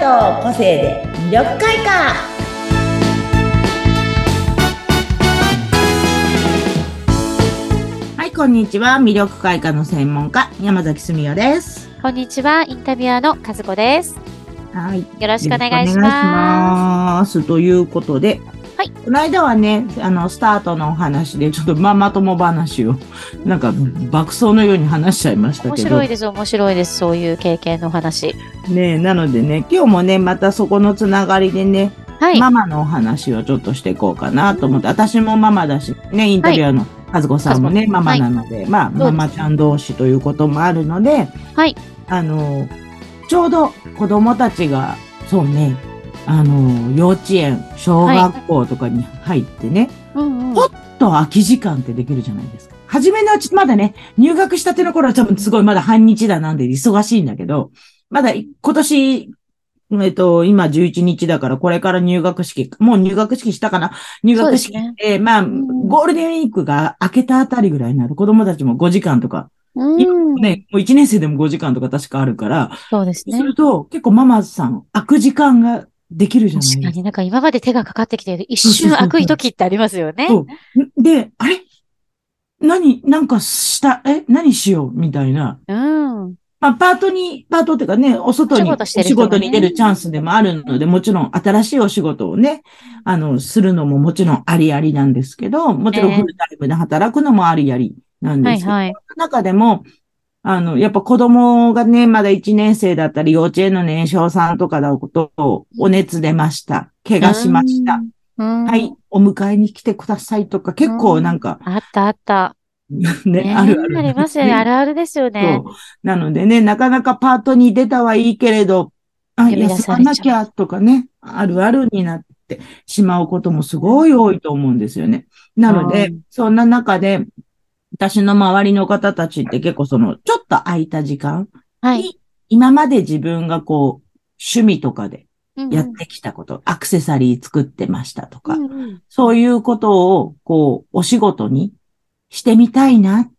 の個性で魅力開花はいこんにちは魅力開花の専門家山崎すみよですこんにちは、インタビュアーの和子です。よはいよろしくお願いしますということで、はいこの間はねあのスタートのお話でちょっとママ友話をなんか爆走のように話しちゃいましす。た面けど白いです、面白いです、そういう経験のお話。ねえなのでね今日もねまたそこのつながりでねはい。ママのお話をちょっとしていこうかなと思って、私もママだし、ね、インタビュアーの和子さんもね、ママなので、まあ、そうでマすマちゃん同士ということもあるので、はい。あの、ちょうど子供たちが、そうね、あの、幼稚園、小学校とかに入ってね、うんうん。ほと空き時間ってできるじゃないですか。初めのうち、まだね、入学したての頃は多分すごいまだ半日だなんで忙しいんだけど、まだい今年、えっと、今11日だから、これから入学式、もう入学式したかな入学式そうっでて、まあ、んゴールデンウィークが明けたあたりぐらいになる。子供たちも5時間とか、うん。ね、もう1年生でも5時間とか確かあるから、そうですすね。ると結構ママさん、空く時間ができるじゃないです確かか。になんか今まで手がかかってきて、一そうそう瞬そう悪い時ってありますよね。そう。で、あれ何なんかした、え何しようみたいな。うん。まあ、パートに、パートっていうかね、お外に、お仕お事してる仕人がね事に出るチャンスでもあるので、もちろん新しいお仕事をね、あの、するのももちろんありありなんですけど、もちろんええフルタイムで働くのもありありなんはでいすけど、はい。その中でも、あの、やっぱ子供がね、まだ1年生だったり、幼稚園の年少さんとかだと、お熱出ました。怪我しました。うん。うんはい。、お迎えに来てくださいとか、結構なんか、あったあった。 ね、ねあるある。ありますよね。あるあるですよねそ。う。なのでね、なかなかパートに出たはいいけれど、あ、呼び出され休ちゃまうなきゃとかね、あるあるになってしまうこともすごい多いと思うんですよね。なのでう、そんな中で、私の周りの方たちって結構その、ちょっと空いた時間、はい。今まで自分がこう、趣味とかでうんやってきたこと、アクセサリー作ってましたとか、うんうんそういうことを、こう、お仕事にしてみたいなっ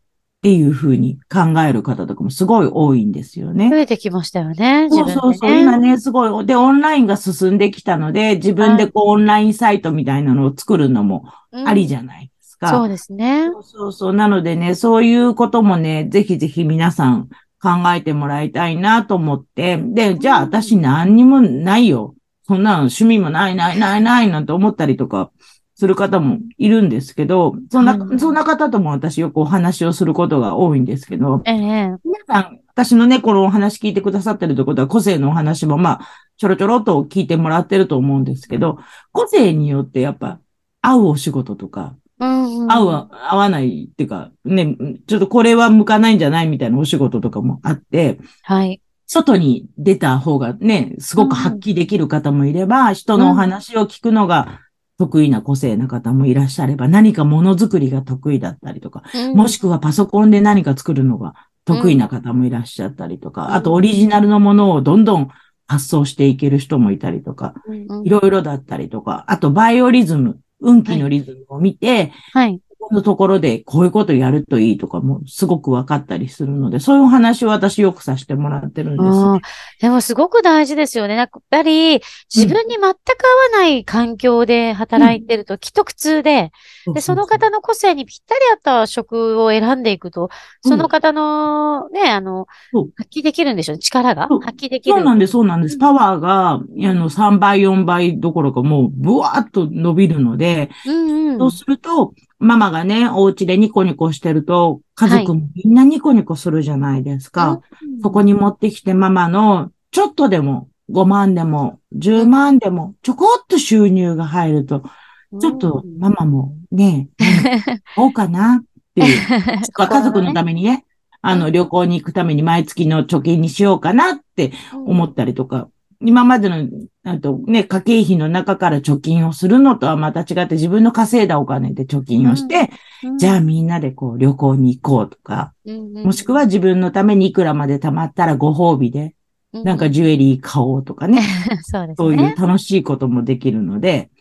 ていうふうに考える方とかもすごい多いんですよ増ね。えてきましたよね。自そう分そうでそう。今ね。ね、すごい。で、オンラインが進んできたので、自分でこう、オンラインサイトみたいなのを作るのもうんありじゃないですか。そうですね。そうそうそう。なのでね、そういうこともね、ぜひぜひ皆さん考えてもらいたいなと思って、で、じゃあうん私何にもないよ。そんなの趣味もないないないないなんて思ったりとかする方もいるんですけど、そんな、うんそんな方とも私よくお話をすることが多いんですけど、ええ。皆さん、私のね、このお話聞いてくださってるってことは、個性のお話も、まあ、ちょろちょろっと聞いてもらってると思うんですけど、個性によってやっぱ、合うお仕事とか、うんうん。合うわ、合わないっていうか、ね、ちょっとこれは向かないんじゃないみたいなお仕事とかもあって、はい。外に出た方がね、すごく発揮できる方もいれば、人のお話を聞くのが得意な個性な方もいらっしゃれば、何かものづくりが得意だったりとか、もしくはパソコンで何か作るのが得意な方もいらっしゃったりとうか、んあとオリジナルのものをどんどん発想していける人もいたりとか、うんうんいろいろだったりとか、あとバイオリズム、運気のリズムを見て、はい。ここのところでこういうことやるといいとかもすごく分かったりするので、そういうお話を私よくさせてもらってるんです。うんでもすごく大事ですよね。なんかやっぱり自分に全く合わない環境で働いてるときっと苦痛で、うううで、その方の個性にぴったり合った職を選んでいくと、その方のね、あのそう、発揮できるんでしょうね。力がそう発揮できる。そうなんです、そうなんでうす。んパワーが、あの、3倍、4倍どころかもう、ブワーっと伸びるので、うんうそんう。すると、ママがね、お家でニコニコしてると、家族もみんなニコニコするじゃないですか。そこに、に持ってきてママの、ちょっとでも、5万でも、10万でも、ちょこっと収入が入ると、ちょっとうんマ マもね、おうかなっていう。 家族のためにね、あの、旅行に行くために毎月の貯金にしようかなって思ったりとか、今までの、あとね、家計費の中から貯金をするのとはまた違って自分の稼いだお金で貯金をして、うんじゃあ、みんなでこう旅行に行こうとか、もしくは自分のためにいくらまで貯まったらご褒美で、はなんか、ジュエリー買おうとかね、 そうですね。そういう楽しいこともできるので、うんうん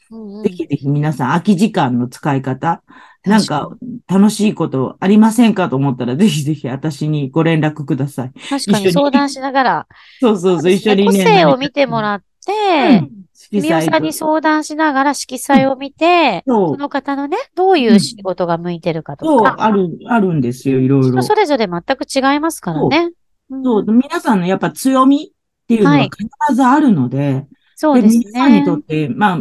ぜひぜひ皆さん空き時間の使い方、なんか確楽しいことありませんかと思ったら、ぜひぜひ私にご連絡ください。かに、確か一緒にに相談しながら、そうそうそう、そうです一緒ねにね。個性を見てもらっって、色みお彩さんに相談しながら色彩を見て、そ、そうの方のね、どういう仕事が向いてるかとそう、か、ある、あるんですよ、いろいろ人。それぞれ全く違いますからね。うんそう、皆さんのやっぱ強みっていうのははい必ずあるので、そうでです皆さんにね。とって、まあ、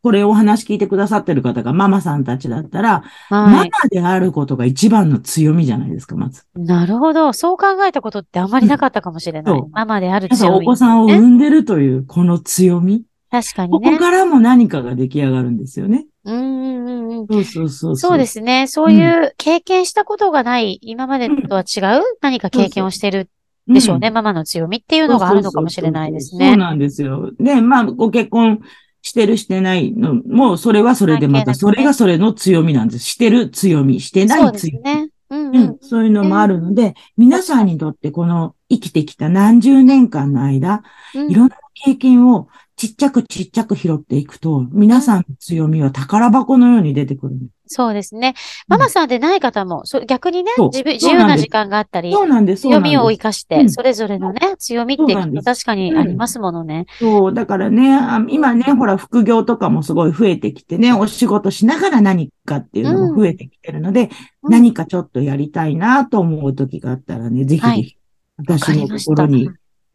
これお話聞いてくださってる方がママさんたちだったら、マはマい。であることが一番の強みじゃないですか、まず。なるほど。そう考えたことってあんまりなかったかもしれなうんいそう。ママである皆さん強おみ。子さんをね産んでるという、この強み。確かにここね。からも何かが出来上がるんですよね。うんうんうんうん。そうそうそう。。そうですすね。そういう経験したことがない、今までとは違う何か経験をしてるでしょうね。ママの強みっていうのがあるのかもしれないですそうね。なんですよ。で、まあ、ご結婚してるしてないの、もうそれはそれでまた、関係なそくねれがそれの強みなんです。してる強み、してなそういです強み。ね。ううんうんん、そういうのもあるので、皆さんにとってこの生きてきた何十年間の間、うん。いろんな経験をちっちゃくちっちゃく拾っていくと、皆さんの強みは宝箱のように出てくる。そうですね。ママさんでない方も、そう逆にねそう自分、自そう由なんなです時間があったり、そうなんです、そうな強んみをで生す。かしうて、んそれぞれのね、強みっそうてなきんっでとす確かにありますものね。そう、だからね、あ今ね、ほら、副業とかもすごい増えてきてね、お仕事しながら何かっていうのも増えてきてるので、うん何かちょっとやりたいなと思う時があったらね、ぜひぜはひい、私のわかりまとしこたろに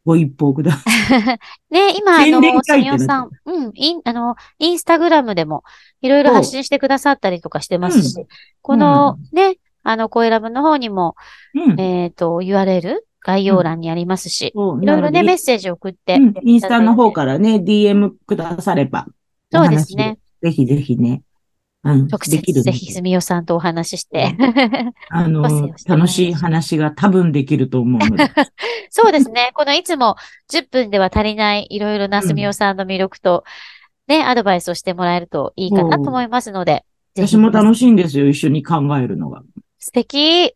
ご一報ください。ね、今、あ宣伝の、会っみてなおんださん、うん、イン、あの、インスタグラムでも、いろいろそう発信してくださったりとかしてますし、うこの、ね、あの、声ラブの方にも、うん。えっ、と、URL、概要欄にありますし、そういろいろなのね、でメッセージ送って、うん、インスタの方からね、DM くだされば。そうですね。お話。ぜひぜひね。うん。直できる接、んでぜひ、すみおさんとお話しして、あパスをしてもらいのま、す楽しい話が多分できると思うので。そうですね。このいつも10分では足りないいろいろなすみおさんの魅力と、ね、アドバイスをしてもらえるといいかなと思いますので、 ぜひ私も楽しいんですよ、一緒に考えるのが。素敵。い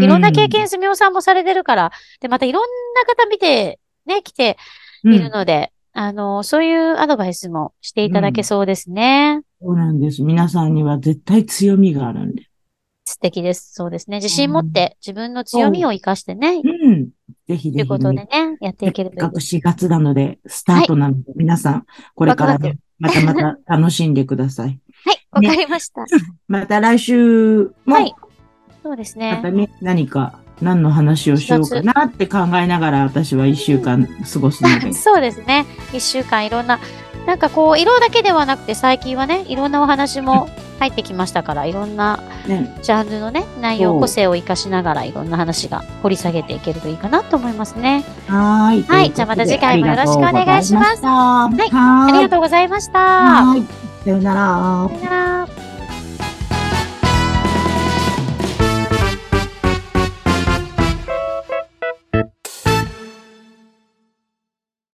いろんな経験すみおさんもされてるから、で、またいろんな方見て、ね、来ているので、あの、そういうアドバイスもしていただけそうですね。そうなんです。皆さんには絶対強みがあるんで。素敵です。そうですね。自信持って自分の強みを活かしてね、うん。ぜひといぜうこひとでね。ね、やっせていけるっといかいくです。 4月なので、スタートなので、皆さん、これからね、またまた楽しんでください。 はい、わかり ました。また来週も、はいそうですまね。た。ね、何か、何の話をしようかなって考えながら、私は一週間過ごすので そうですね。一週間いろんな、なんかこう、色だけではなくて最近はね、いろんなお話も入ってきましたから、いろんなね、ジャンルのね、内容、そう個性を活かしながらいろんな話が掘り下げていけるといいかなと思いますね。はーい。はいじゃあまた次回もよろしくお願いしますは。はいありがとうとうございましございた。ましたはーい。さようならさ。よなら。